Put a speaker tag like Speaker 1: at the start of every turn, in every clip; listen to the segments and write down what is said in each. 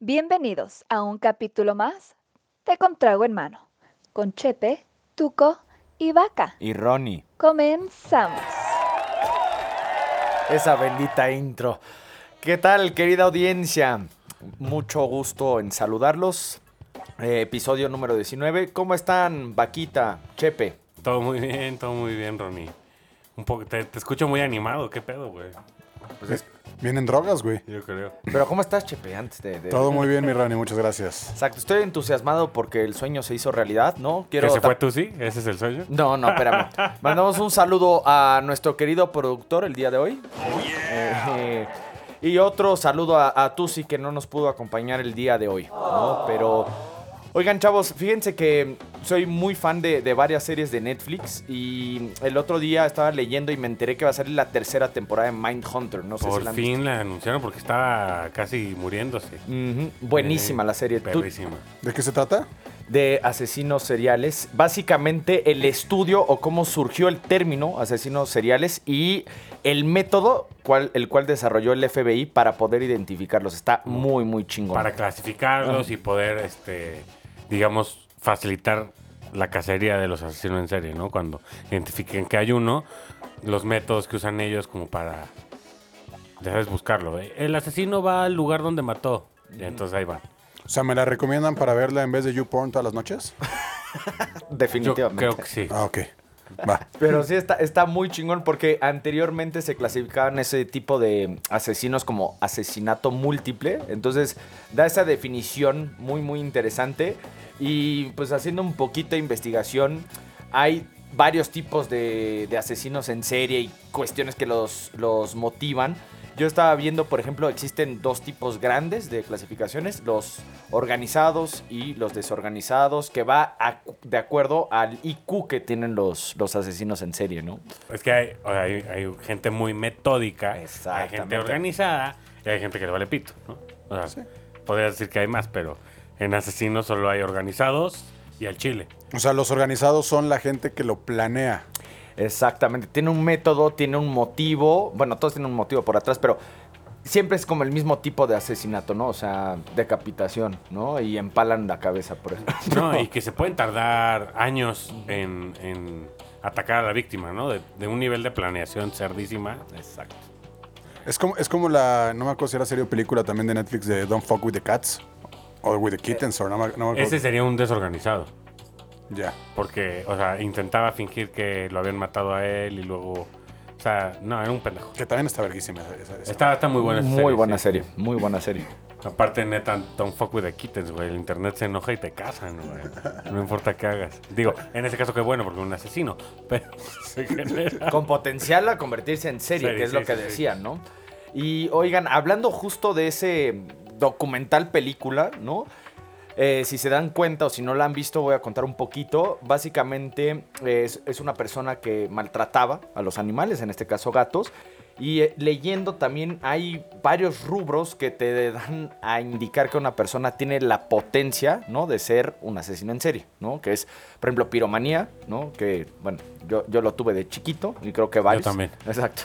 Speaker 1: Bienvenidos a un capítulo más de Contrago en Mano, con Chepe, Tuco y Vaca.
Speaker 2: Y Ronnie.
Speaker 1: Comenzamos.
Speaker 2: Esa bendita intro. ¿Qué tal, querida audiencia? Mucho gusto en saludarlos. Eh, episodio número 19. ¿Cómo están, Vaquita, Chepe?
Speaker 3: Todo muy bien, todo muy bien, Ronnie. Un poco, te, te escucho muy animado, qué pedo, güey.
Speaker 2: Pues es-
Speaker 4: Vienen drogas, güey.
Speaker 3: Yo creo.
Speaker 2: Pero ¿cómo estás, Chepe? Antes de... de-
Speaker 4: Todo muy bien, mi Rani, muchas gracias.
Speaker 2: Exacto, estoy entusiasmado porque el sueño se hizo realidad, ¿no? Quiero
Speaker 3: ¿Que se
Speaker 2: ta-
Speaker 3: fue tú, sí? ¿Ese es el sueño?
Speaker 2: No, no, espérame. Mandamos un saludo a nuestro querido productor el día de hoy.
Speaker 3: Oh,
Speaker 2: Eh, y otro saludo a, a Tusi que no nos pudo acompañar el día de hoy. ¿no? Pero, oigan chavos, fíjense que soy muy fan de, de varias series de Netflix y el otro día estaba leyendo y me enteré que va a salir la tercera temporada de Mindhunter. No sé si
Speaker 3: Por
Speaker 2: la han
Speaker 3: fin la anunciaron porque estaba casi muriéndose.
Speaker 2: visto. Ujú, Buenísima
Speaker 3: Eh,
Speaker 2: la serie. Tú-
Speaker 3: Perrísima.
Speaker 4: ¿De qué se trata?
Speaker 2: de asesinos seriales. Básicamente el estudio o cómo surgió el término asesinos seriales y el método cual, el cual desarrolló el FBI para poder identificarlos. Está muy, muy chingón.
Speaker 3: Para clasificarlos y poder, este, digamos, facilitar la cacería de los asesinos en serie, ¿no? Cuando identifiquen que hay uno, los métodos que usan ellos como para, ya sabes, buscarlo. ¿eh? El asesino va al lugar donde mató. Y entonces ahí va.
Speaker 4: O sea, ¿me la recomiendan para verla en vez de YouPorn todas las noches?
Speaker 3: Yo
Speaker 2: Definitivamente.
Speaker 3: creo que sí.
Speaker 4: Ah, ok. Va.
Speaker 2: Pero sí está, está muy chingón porque anteriormente se clasificaban ese tipo de asesinos como asesinato múltiple. Entonces da esa definición muy muy interesante. Y pues haciendo un poquito de investigación hay varios tipos de, de asesinos en serie y cuestiones que los, los motivan. Yo estaba viendo, por ejemplo, existen dos tipos grandes de clasificaciones, los organizados y los desorganizados, que va a- de acuerdo al IQ que tienen los, los asesinos en serie, ¿no?
Speaker 3: Es que hay, o sea, hay, hay gente muy metódica, hay
Speaker 2: Exactamente.
Speaker 3: gente organizada y hay gente que le vale pito. ¿no? O sea, podría decir que hay más, pero en asesinos solo hay organizados y al chile.
Speaker 4: O sea, los organizados son la gente que lo planea.
Speaker 2: Exactamente, tiene un método, tiene un motivo, bueno, todos tienen un motivo por atrás, pero siempre es como el mismo tipo de asesinato, ¿no? O sea, decapitación, ¿no? Y empalan la cabeza, por ejemplo.
Speaker 3: No, y que se pueden tardar años en, en atacar a la víctima, ¿no? De, de un nivel de planeación cerdísima.
Speaker 2: Exacto.
Speaker 4: Es como, es como la, no me acuerdo si era serie o película también de Netflix de Don't Fuck With The Cats. O With The Kittens, o no me, no me acuerdo.
Speaker 3: Ese sería un desorganizado,
Speaker 4: Ya.
Speaker 3: porque, o sea, intentaba fingir que lo habían matado a él y luego... O sea, no, era un pendejo.
Speaker 4: Que también está verguísima esa, esa- esa.
Speaker 3: Está, está muy buena esa
Speaker 2: muy
Speaker 3: serie,
Speaker 2: buena
Speaker 3: sí.
Speaker 2: serie, muy buena serie.
Speaker 3: Aparte, neta, don't fuck with the kittens, güey. El internet se enoja y te casan, güey. No importa qué hagas. Digo, en ese caso que bueno, porque un asesino. Pero se genera.
Speaker 2: Con potencial a convertirse en serie,
Speaker 3: Serie,
Speaker 2: que es
Speaker 3: sí,
Speaker 2: lo que
Speaker 3: sí, sí.
Speaker 2: decían, ¿no? Y oigan, hablando justo de ese documental película, ¿no? Eh, si se dan cuenta o si no la han visto, voy a contar un poquito. Básicamente es, es una persona que maltrataba a los animales, en este caso gatos. Y eh, leyendo también hay varios rubros que te dan a indicar que una persona tiene la potencia, ¿no? De ser un asesino en serie, ¿no? Que es, por ejemplo, piromanía, ¿no? Que, bueno, yo, yo lo tuve de chiquito y creo que varios.
Speaker 3: también.
Speaker 2: Exacto.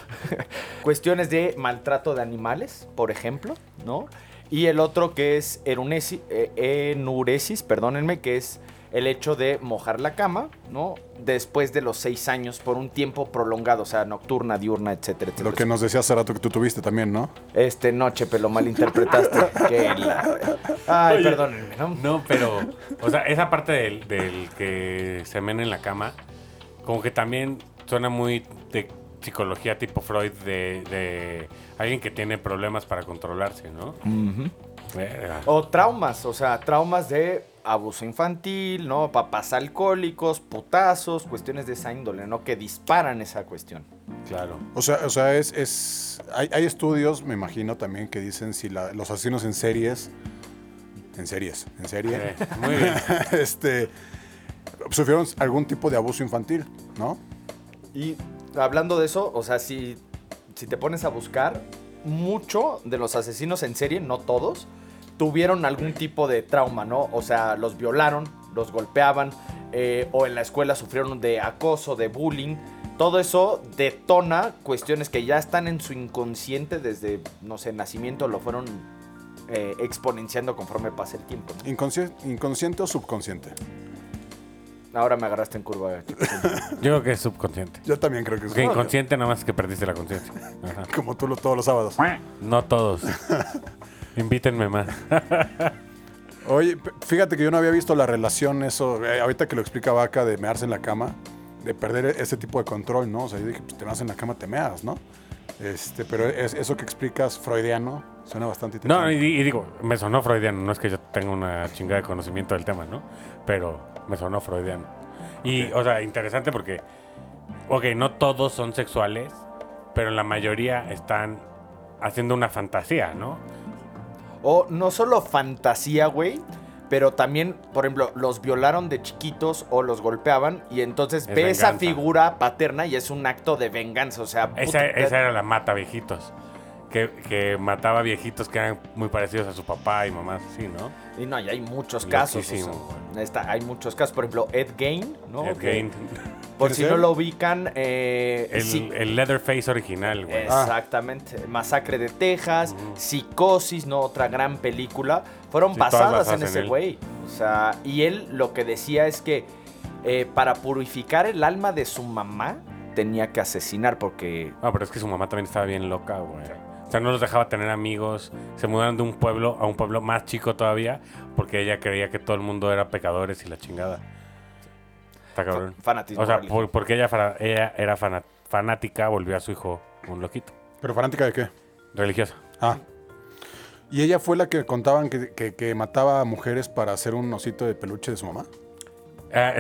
Speaker 2: Cuestiones de maltrato de animales, por ejemplo, ¿no? Y el otro que es erunesi- eh, enuresis, perdónenme, que es el hecho de mojar la cama, ¿no? Después de los seis años, por un tiempo prolongado, o sea, nocturna, diurna, etcétera, etcétera.
Speaker 4: Lo que nos decía hace rato que tú tuviste también, ¿no?
Speaker 2: Este noche, pero lo malinterpretaste. Qué la- Ay, perdónenme, ¿no?
Speaker 3: No, pero. O sea, esa parte del, del que se mena en la cama, como que también suena muy de psicología tipo Freud, de, de alguien que tiene problemas para controlarse, ¿no? Verga.
Speaker 2: O traumas, o sea, traumas de abuso infantil, ¿no? Papás alcohólicos, putazos, cuestiones de esa índole, ¿no? Que disparan esa cuestión.
Speaker 3: Claro.
Speaker 4: O sea, o sea es, es hay, hay estudios, me imagino también, que dicen si la- los asesinos en series, en series, en serie,
Speaker 3: Sí, muy bien.
Speaker 4: este, sufrieron algún tipo de abuso infantil, ¿no?
Speaker 2: Y hablando de eso, o sea, si, si te pones a buscar, mucho de los asesinos en serie, no todos, tuvieron algún tipo de trauma, ¿no? O sea, los violaron, los golpeaban, eh, o en la escuela sufrieron de acoso, de bullying. Todo eso detona cuestiones que ya están en su inconsciente desde, no sé, nacimiento, lo fueron eh, exponenciando conforme pasa el tiempo. ¿no?
Speaker 4: Inconsci- inconsciente o subconsciente.
Speaker 2: Ahora me agarraste en curva. chiquitín.
Speaker 3: Yo creo que es subconsciente.
Speaker 4: Yo también creo que es
Speaker 3: Que inconsciente nada más que perdiste la conciencia. Ajá.
Speaker 4: Como tú lo- todos los sábados.
Speaker 3: No todos. Invítenme más.
Speaker 4: Oye, p- fíjate que yo no había visto la relación, eso, eh, ahorita que lo explica Vaca, de mearse en la cama, de perder e- ese tipo de control, ¿no? O sea, yo dije, pues te meas en la cama, te meas, ¿no? Este, pero es- eso que explicas freudiano suena bastante interesante.
Speaker 3: No, y, di- y digo, me sonó freudiano. No es que yo tenga una chingada de conocimiento del tema, ¿no? Pero me sonó freudiano. Y, o sea, interesante porque, ok, no todos son sexuales, pero la mayoría están haciendo una fantasía, ¿no?
Speaker 2: o no solo fantasía, güey, pero también, por ejemplo, los violaron de chiquitos o los golpeaban y entonces
Speaker 3: Es
Speaker 2: ve esa
Speaker 3: venganza.
Speaker 2: figura paterna y es un acto de venganza. O sea,
Speaker 3: Esa,
Speaker 2: puta-
Speaker 3: esa era la mata viejitos. Que, que mataba viejitos que eran muy parecidos a su papá y mamás, sí, ¿no?
Speaker 2: Y no, y hay muchos casos. o sea,
Speaker 3: Loquísimo,
Speaker 2: está- hay muchos casos. Por ejemplo, Ed Gain, ¿no?
Speaker 3: Ed
Speaker 2: Que-
Speaker 3: Gein.
Speaker 2: Por si
Speaker 4: ¿Ese?
Speaker 2: no lo ubican, eh,
Speaker 3: El,
Speaker 2: sí,
Speaker 3: el Leatherface original, güey.
Speaker 4: Ah.
Speaker 2: Pues, Exactamente. Masacre de Texas, Psicosis, ¿no? Otra gran película. Fueron
Speaker 3: Uh. Sí, todas
Speaker 2: basadas
Speaker 3: basadas
Speaker 2: en
Speaker 3: en
Speaker 2: ese
Speaker 3: él.
Speaker 2: güey. O sea, y él lo que decía es que eh, para purificar el alma de su mamá tenía que asesinar porque...
Speaker 3: Ah, pero es que su mamá también estaba bien loca, güey. O sea, no los dejaba tener amigos. Se mudaron de un pueblo a un pueblo más chico todavía porque ella creía que todo el mundo era pecadores y la chingada. Está
Speaker 2: fa-
Speaker 3: cabrón.
Speaker 2: Fanatismo.
Speaker 3: O sea,
Speaker 2: religioso.
Speaker 3: por- porque ella, fra- ella era fana- fanática, volvió a su hijo un loquito.
Speaker 4: ¿Pero fanática de qué?
Speaker 3: Religiosa.
Speaker 4: Ah. ¿Y ella fue la que contaban que, que- que mataba a mujeres para hacer un osito de peluche de su mamá?
Speaker 3: Ah,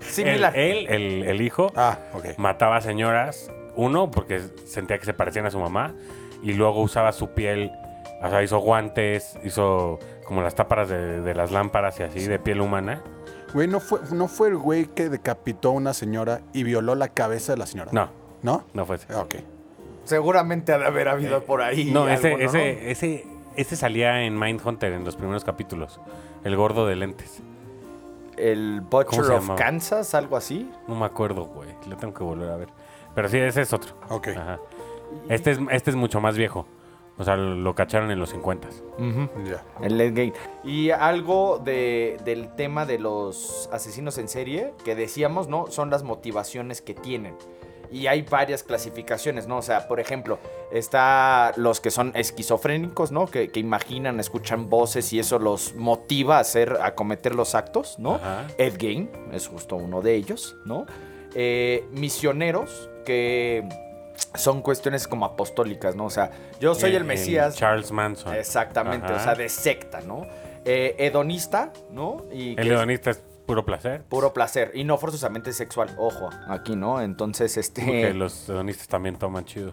Speaker 3: él,
Speaker 2: Similar.
Speaker 3: él, el, eh, el hijo,
Speaker 4: Ah, ok.
Speaker 3: mataba a señoras. Uno, porque sentía que se parecían a su mamá. Y luego usaba su piel. O sea, hizo guantes, hizo como las táparas de, de las lámparas y así, de piel humana.
Speaker 4: Güey, ¿no fue, ¿no fue el güey que decapitó a una señora y violó la cabeza de la señora?
Speaker 3: No,
Speaker 4: ¿No?
Speaker 3: no fue ese.
Speaker 4: Ah, Ok.
Speaker 2: Seguramente ha de haber habido por ahí.
Speaker 3: eh, No, ese,
Speaker 2: alguno,
Speaker 3: ese, ese, ese salía en Mindhunter en los primeros capítulos. El gordo de lentes.
Speaker 2: El
Speaker 3: ¿Cómo
Speaker 2: Butcher
Speaker 3: se
Speaker 2: of
Speaker 3: llamaba?
Speaker 2: Kansas, algo así.
Speaker 3: No me acuerdo, güey. Lo tengo que volver a ver. Pero sí, ese es otro.
Speaker 4: Ok.
Speaker 3: Ajá. Este es, este es mucho más viejo. O sea, lo, lo cacharon en los 50.
Speaker 4: Ya.
Speaker 2: El late game. Y algo de- del tema de los asesinos en serie que decíamos, ¿no? Son las motivaciones que tienen. Y hay varias clasificaciones, ¿no? O sea, por ejemplo, está los que son esquizofrénicos, ¿no? Que, que imaginan, escuchan voces y eso los motiva a hacer, a cometer los actos, ¿no?
Speaker 3: Ajá.
Speaker 2: Ed Gein es justo uno de ellos, ¿no? Eh, misioneros que son cuestiones como apostólicas, ¿no? O sea, yo soy el, Mesías.
Speaker 3: Charles Manson.
Speaker 2: Exactamente, o
Speaker 3: Ah, Ajá.
Speaker 2: sea, de secta, ¿no? Eh, hedonista, ¿no? Y que
Speaker 3: El
Speaker 2: es
Speaker 3: hedonista es puro placer.
Speaker 2: puro placer y no forzosamente sexual, ojo, aquí, ¿no? Entonces,
Speaker 3: Porque
Speaker 2: este...
Speaker 3: los hedonistas también toman chido.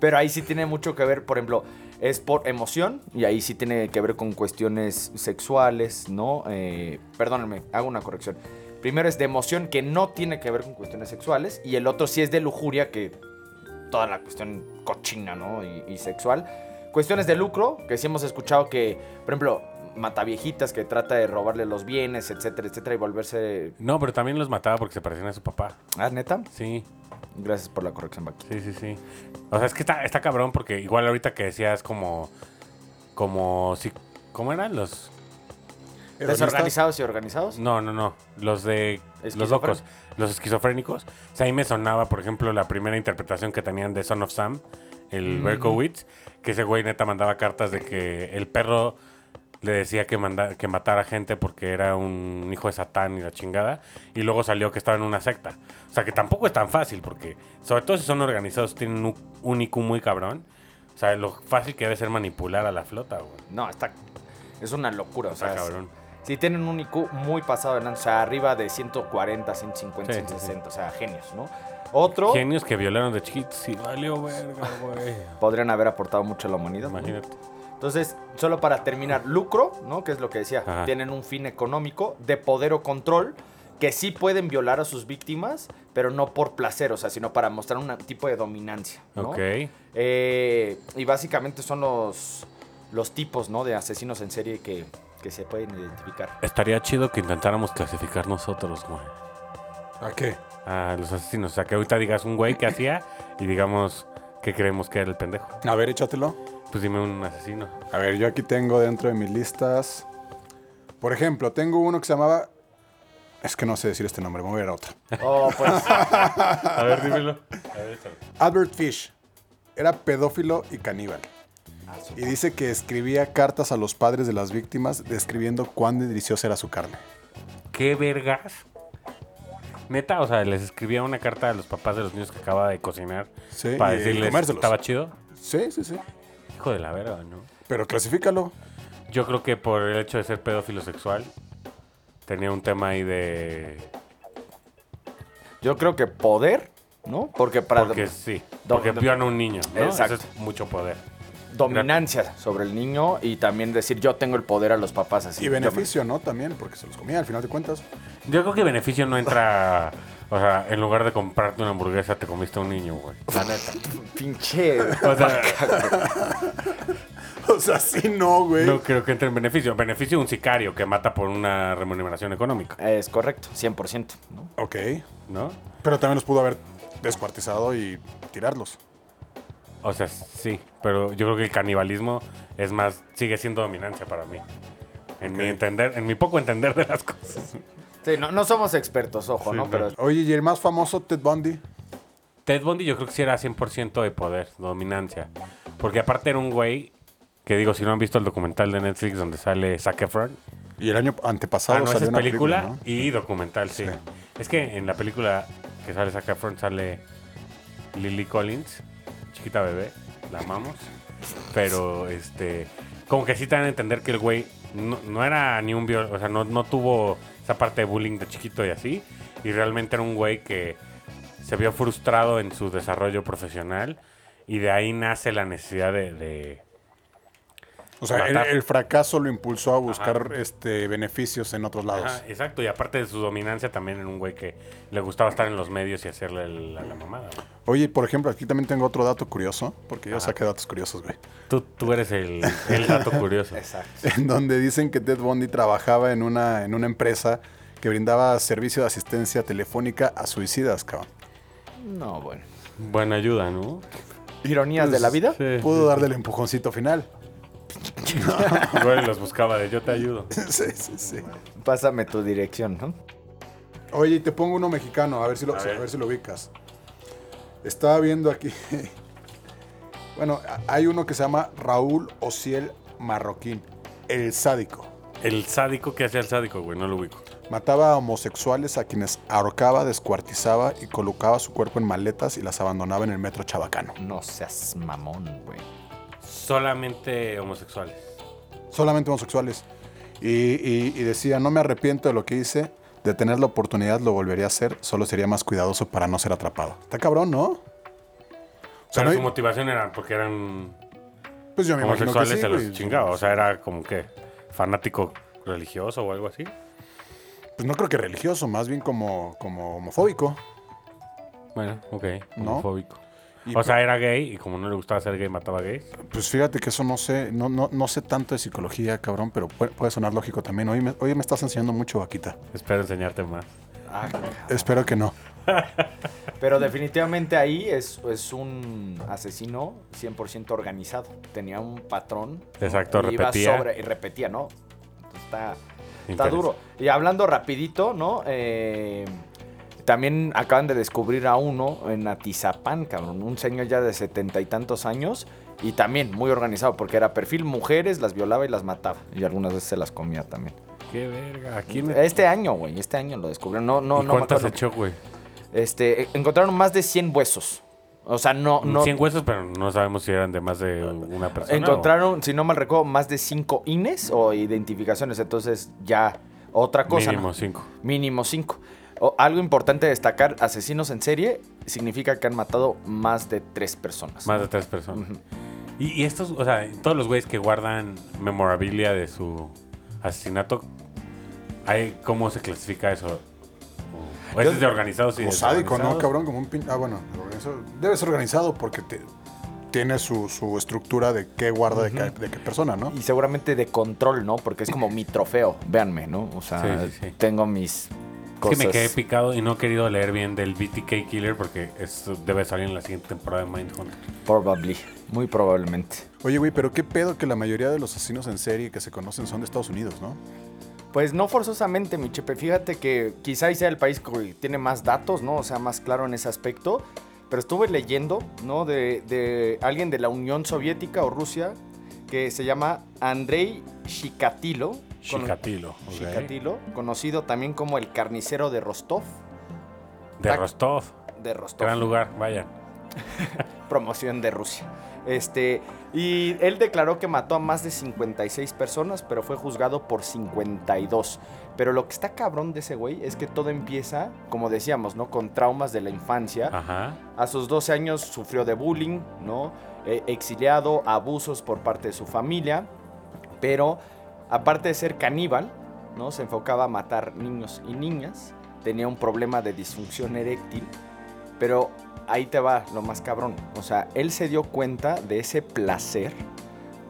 Speaker 2: Pero ahí sí tiene mucho que ver, por ejemplo, es por emoción y ahí sí tiene que ver con cuestiones sexuales, ¿no? Eh, perdónenme, hago una corrección. Primero es de emoción que no tiene que ver con cuestiones sexuales y el otro sí es de lujuria que toda la cuestión cochina, ¿no? Y, y sexual. Cuestiones de lucro, que sí hemos escuchado que, por ejemplo, mataviejitas que trata de robarle los bienes, etcétera, etcétera, y volverse...
Speaker 3: No, pero también los mataba porque se parecían a su papá.
Speaker 2: Ah, neta.
Speaker 3: Sí.
Speaker 2: Gracias por la corrección, Baki.
Speaker 3: Sí, sí, sí. O sea, es que está, está cabrón porque igual ahorita que decías como... Como... Si, ¿Cómo eran los...?
Speaker 4: ¿Hedonistas?
Speaker 2: Desorganizados y organizados.
Speaker 3: No, no, no. Los de... Los locos. Los esquizofrénicos. O sea, ahí me sonaba, por ejemplo, la primera interpretación que tenían de Son of Sam, el Berkowitz, que ese güey neta mandaba cartas de que el perro le decía que, manda, que matara gente porque era un hijo de Satán y la chingada, y luego salió que estaba en una secta. O sea, que tampoco es tan fácil, porque sobre todo si son organizados, tienen un, un IQ muy cabrón. O sea, lo fácil que debe ser manipular a la flota, güey.
Speaker 2: No, está. Es una locura, o
Speaker 3: Está
Speaker 2: sea. es-
Speaker 3: cabrón.
Speaker 2: Sí, tienen un IQ muy pasado de lanza, o sea, arriba de 140, 150,
Speaker 3: Sí, sí,
Speaker 2: 160, o sea, genios, ¿no? Otro
Speaker 3: Genios que violaron de chiquitos y valió verga, güey.
Speaker 2: podrían haber aportado mucho a la humanidad. ¿no?
Speaker 3: Imagínate.
Speaker 2: Entonces, solo para terminar, lucro, ¿no? Que es lo que decía,
Speaker 3: Ajá.
Speaker 2: tienen un fin económico de poder o control que sí pueden violar a sus víctimas, pero no por placer, o sea, sino para mostrar un tipo de dominancia, ¿no?
Speaker 3: Ok.
Speaker 2: Eh, y básicamente son los, los tipos, ¿no? De asesinos en serie que, que se pueden identificar.
Speaker 3: Estaría chido que intentáramos clasificar nosotros, güey.
Speaker 4: ¿A qué?
Speaker 3: A los asesinos. O sea, que ahorita digas un güey que hacía y digamos que creemos que era el pendejo.
Speaker 4: A ver, échatelo.
Speaker 3: Pues dime un asesino.
Speaker 4: A ver, yo aquí tengo dentro de mis listas. Por ejemplo, tengo uno que se llamaba. Es que no sé decir este nombre, me voy a ir a otro.
Speaker 2: Oh, pues.
Speaker 3: A ver, dímelo. A ver, échalo.
Speaker 4: Albert Fish era pedófilo y caníbal. Y dice que escribía cartas a los padres de las víctimas describiendo cuán deliciosa era su carne.
Speaker 3: ¿Qué vergas? Neta, o sea, les escribía una carta a los papás de los niños que acaba de cocinar
Speaker 4: Sí,
Speaker 3: para
Speaker 4: y
Speaker 3: decirles
Speaker 4: comérselos.
Speaker 3: estaba chido.
Speaker 4: Sí, sí, sí.
Speaker 3: Hijo de la verga, ¿no?
Speaker 4: Pero clasifícalo.
Speaker 3: Yo creo que por el hecho de ser pedófilo sexual tenía un tema ahí de
Speaker 2: Yo creo que poder, ¿no? Porque para
Speaker 3: porque sí,
Speaker 2: do-
Speaker 3: porque
Speaker 2: do-
Speaker 3: violan a un niño, ¿no?
Speaker 2: Exacto.
Speaker 3: Eso es mucho poder.
Speaker 2: dominancia sobre el niño y también decir yo tengo el poder a los papás así.
Speaker 4: Y beneficio, ¿no? También, porque se los comía al final de cuentas.
Speaker 3: Yo creo que beneficio no entra, o sea, en lugar de comprarte una hamburguesa te comiste a un niño, güey. La neta.
Speaker 2: Yo me- pinche.
Speaker 3: O sea,
Speaker 4: O sea, sí, no, güey.
Speaker 3: no creo que entre en beneficio. Beneficio un sicario que mata por una remuneración económica,
Speaker 2: Es correcto, 100%. ¿no?
Speaker 4: Ok.
Speaker 3: ¿no?
Speaker 4: Pero también los pudo haber descuartizado y tirarlos.
Speaker 3: O sea, sí, pero yo creo que el canibalismo es más, sigue siendo dominancia para mí. En mi entender, en mi poco entender de las cosas.
Speaker 2: Sí, no, no somos expertos, ojo,
Speaker 3: Sí,
Speaker 2: ¿no?
Speaker 3: no.
Speaker 2: Pero
Speaker 4: Oye, y el más famoso, Ted Bundy.
Speaker 3: Ted Bundy yo creo que sí era 100% de poder, dominancia. Porque aparte era un güey, que digo, si no han visto el documental de Netflix donde sale Zac Efron.
Speaker 4: Y el año antepasado
Speaker 3: Ah, no, esa
Speaker 4: salió
Speaker 3: es
Speaker 4: una
Speaker 3: película,
Speaker 4: película, ¿no?
Speaker 3: y documental, sí. Es que en la película que sale Zac Efron sale Lily Collins, chiquita bebé, la amamos. Pero, este, como que sí te dan a entender que el güey no, no era ni un viol... O sea, no, no tuvo esa parte de bullying de chiquito y así. Y realmente era un güey que se vio frustrado en su desarrollo profesional. Y de ahí nace la necesidad de- de
Speaker 4: O sea, el,
Speaker 3: Matar.
Speaker 4: el fracaso lo impulsó a buscar este beneficios en otros lados.
Speaker 3: Ajá, exacto, y aparte de su dominancia también en un güey que le gustaba estar en los medios y hacerle el- a la mamada. güey.
Speaker 4: Oye, por ejemplo, aquí también tengo otro dato curioso, porque yo saqué datos curiosos, güey.
Speaker 3: Tú, tú eres el, el dato curioso.
Speaker 2: Exacto.
Speaker 4: En donde dicen que Ted Bundy trabajaba en una, en una empresa que brindaba servicio de asistencia telefónica a suicidas, cabrón.
Speaker 2: No, bueno.
Speaker 3: Buena ayuda, ¿no?
Speaker 2: Ironías de la vida.
Speaker 3: Pues, Sí.
Speaker 4: Pudo darle el empujoncito final.
Speaker 3: Igual los buscaba de yo te ayudo.
Speaker 4: sí, sí, sí.
Speaker 2: Pásame tu dirección, ¿no?
Speaker 4: Oye, y te pongo uno mexicano, a ver si lo,
Speaker 3: A
Speaker 4: a
Speaker 3: ver.
Speaker 4: ver si lo ubicas. Estaba viendo aquí. Bueno, a- hay uno que se llama Raúl Ociel Marroquín, el sádico.
Speaker 3: El sádico que hacía el sádico, güey, no lo ubico.
Speaker 4: Mataba a homosexuales a quienes ahorcaba, descuartizaba y colocaba su cuerpo en maletas y las abandonaba en el metro chabacano.
Speaker 2: No seas mamón, güey.
Speaker 3: Solamente homosexuales.
Speaker 4: Solamente homosexuales. Y, y- y decía, no me arrepiento de lo que hice, de tener la oportunidad lo volvería a hacer, solo sería más cuidadoso para no ser atrapado. Está cabrón, ¿no? O sea,
Speaker 3: Pero
Speaker 4: no
Speaker 3: su
Speaker 4: hay-
Speaker 3: motivación era porque eran
Speaker 4: pues yo me imagino que
Speaker 3: homosexuales,
Speaker 4: sí,
Speaker 3: se los
Speaker 4: güey.
Speaker 3: chingaba. O sea, era como que fanático religioso o algo así.
Speaker 4: Pues no creo que religioso, más bien como, como homofóbico.
Speaker 3: Bueno, ok,
Speaker 4: ¿No?
Speaker 3: homofóbico.
Speaker 4: Y
Speaker 3: O sea, era gay y como no le gustaba ser gay, mataba gays.
Speaker 4: Pues fíjate que eso no sé, no, no, no sé tanto de psicología, cabrón, pero puede, puede sonar lógico también. Hoy me, hoy me estás enseñando mucho, vaquita.
Speaker 3: Espero enseñarte más. Ah,
Speaker 4: Espero que no.
Speaker 2: Pero definitivamente ahí es, es un asesino 100% organizado. Tenía un patrón. ¿no?
Speaker 3: Exacto,
Speaker 2: Y iba
Speaker 3: repetía.
Speaker 2: sobre- y repetía, ¿no? Entonces, Está, está
Speaker 3: Interesante.
Speaker 2: duro. Y hablando rapidito, ¿no? Eh, también acaban de descubrir a uno en Atizapán, cabrón. Un señor ya de setenta y tantos años. Y también muy organizado, porque era perfil mujeres, las violaba y las mataba. Y algunas veces se las comía también.
Speaker 3: Qué verga. ¿A quién
Speaker 2: Este año, güey, este año lo descubrieron. No, no,
Speaker 3: ¿Y
Speaker 2: no. me
Speaker 3: cuántas
Speaker 2: acuerdo.
Speaker 3: echó, güey?
Speaker 2: Este, eh, encontraron más de 100 huesos. O sea, no, no.
Speaker 3: 100 huesos, pero no sabemos si eran de más de una persona.
Speaker 2: encontraron, si no mal recuerdo, más de 5 INES o identificaciones. Entonces, ya otra
Speaker 3: o
Speaker 2: cosa. ¿no?
Speaker 3: mínimo 5.
Speaker 2: Mínimo 5. algo importante destacar, asesinos en serie significa que han matado más de 3 personas.
Speaker 3: Más de tres personas. y, y estos, o sea, todos los güeyes que guardan memorabilia de su asesinato, ¿hay- ¿cómo se clasifica eso? ¿O
Speaker 2: Yo-
Speaker 3: es de organizados y
Speaker 4: Como Pues sádico, ¿no,
Speaker 3: desorganizados?
Speaker 4: cabrón? Como un pin... Ah, bueno, organizado. debe ser organizado porque te- tiene su, su estructura de qué guarda de, qué, de qué persona, ¿no?
Speaker 2: Y seguramente de control, ¿no? Porque es como mi trofeo, véanme, ¿no? O sea,
Speaker 3: Sí, sí, sí.
Speaker 2: tengo mis
Speaker 3: Es que me
Speaker 2: cosas.
Speaker 3: quedé picado y no he querido leer bien del BTK Killer porque esto debe salir en la siguiente temporada de Mindhunter.
Speaker 2: Probably. Muy probablemente.
Speaker 4: Oye, güey, pero qué pedo que la mayoría de los asesinos en serie que se conocen son de Estados Unidos, ¿no?
Speaker 2: Pues no forzosamente, mi chepe. Fíjate que quizá ahí sea el país que tiene más datos, ¿no? O sea, más claro en ese aspecto. Pero estuve leyendo, ¿no? De, de alguien de la Unión Soviética o Rusia que se llama Andrei Shikatilo. Con-
Speaker 3: Chikatilo. ok.
Speaker 2: Shikatilo, conocido también como el carnicero de Rostov.
Speaker 3: De Rostov.
Speaker 2: De Rostov.
Speaker 3: Gran lugar, vayan.
Speaker 2: promoción de Rusia. Este, y él declaró que mató a más de 56 personas, pero fue juzgado por 52. Pero lo que está cabrón de ese güey es que todo empieza, como decíamos, ¿no? Con traumas de la infancia.
Speaker 3: Ajá.
Speaker 2: A sus 12 años sufrió de bullying, ¿no? Eh, exiliado, abusos por parte de su familia. Pero, aparte de ser caníbal, ¿no? Se enfocaba a matar niños y niñas. Tenía un problema de disfunción eréctil. Pero ahí te va lo más cabrón. O sea, él se dio cuenta de ese placer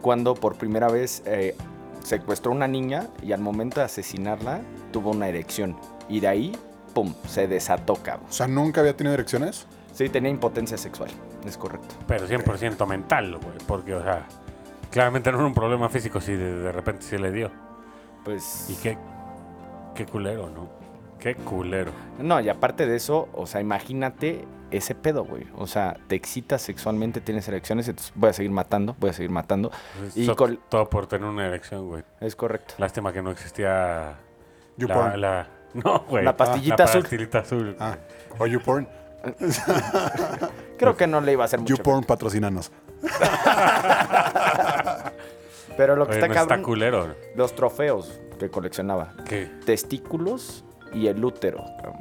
Speaker 2: cuando por primera vez eh, secuestró a una niña y al momento de asesinarla tuvo una erección. Y de ahí, ¡pum!, se desató, cabrón.
Speaker 4: O sea, nunca había tenido erecciones.
Speaker 2: Sí, tenía impotencia sexual, es correcto.
Speaker 3: Pero 100% mental, güey. Porque, o sea, claramente no era un problema físico si de, de repente se le dio.
Speaker 2: Pues.
Speaker 3: Y qué, qué culero, ¿no? Qué culero.
Speaker 2: No, y aparte de eso, o sea, imagínate ese pedo, güey. O sea, te excitas sexualmente, tienes erecciones, entonces voy a seguir matando, voy a seguir matando.
Speaker 3: Es
Speaker 2: Y
Speaker 3: to-
Speaker 2: col-
Speaker 3: Todo por tener una erección, güey.
Speaker 2: Es correcto.
Speaker 3: Lástima que no existía la,
Speaker 4: YouPorn.
Speaker 3: la- No, güey. Ah,
Speaker 2: La pastillita azul.
Speaker 3: La pastillita azul.
Speaker 4: Ah, o YouPorn.
Speaker 3: Pues,
Speaker 2: Creo que no le iba a hacer mucho.
Speaker 4: YouPorn patrocinanos.
Speaker 2: Pero lo que
Speaker 3: Oye,
Speaker 2: está
Speaker 3: no
Speaker 2: cabrón,
Speaker 3: está culero. ¿no?
Speaker 2: los trofeos que coleccionaba.
Speaker 3: ¿Qué?
Speaker 2: Testículos y el útero. cabrón.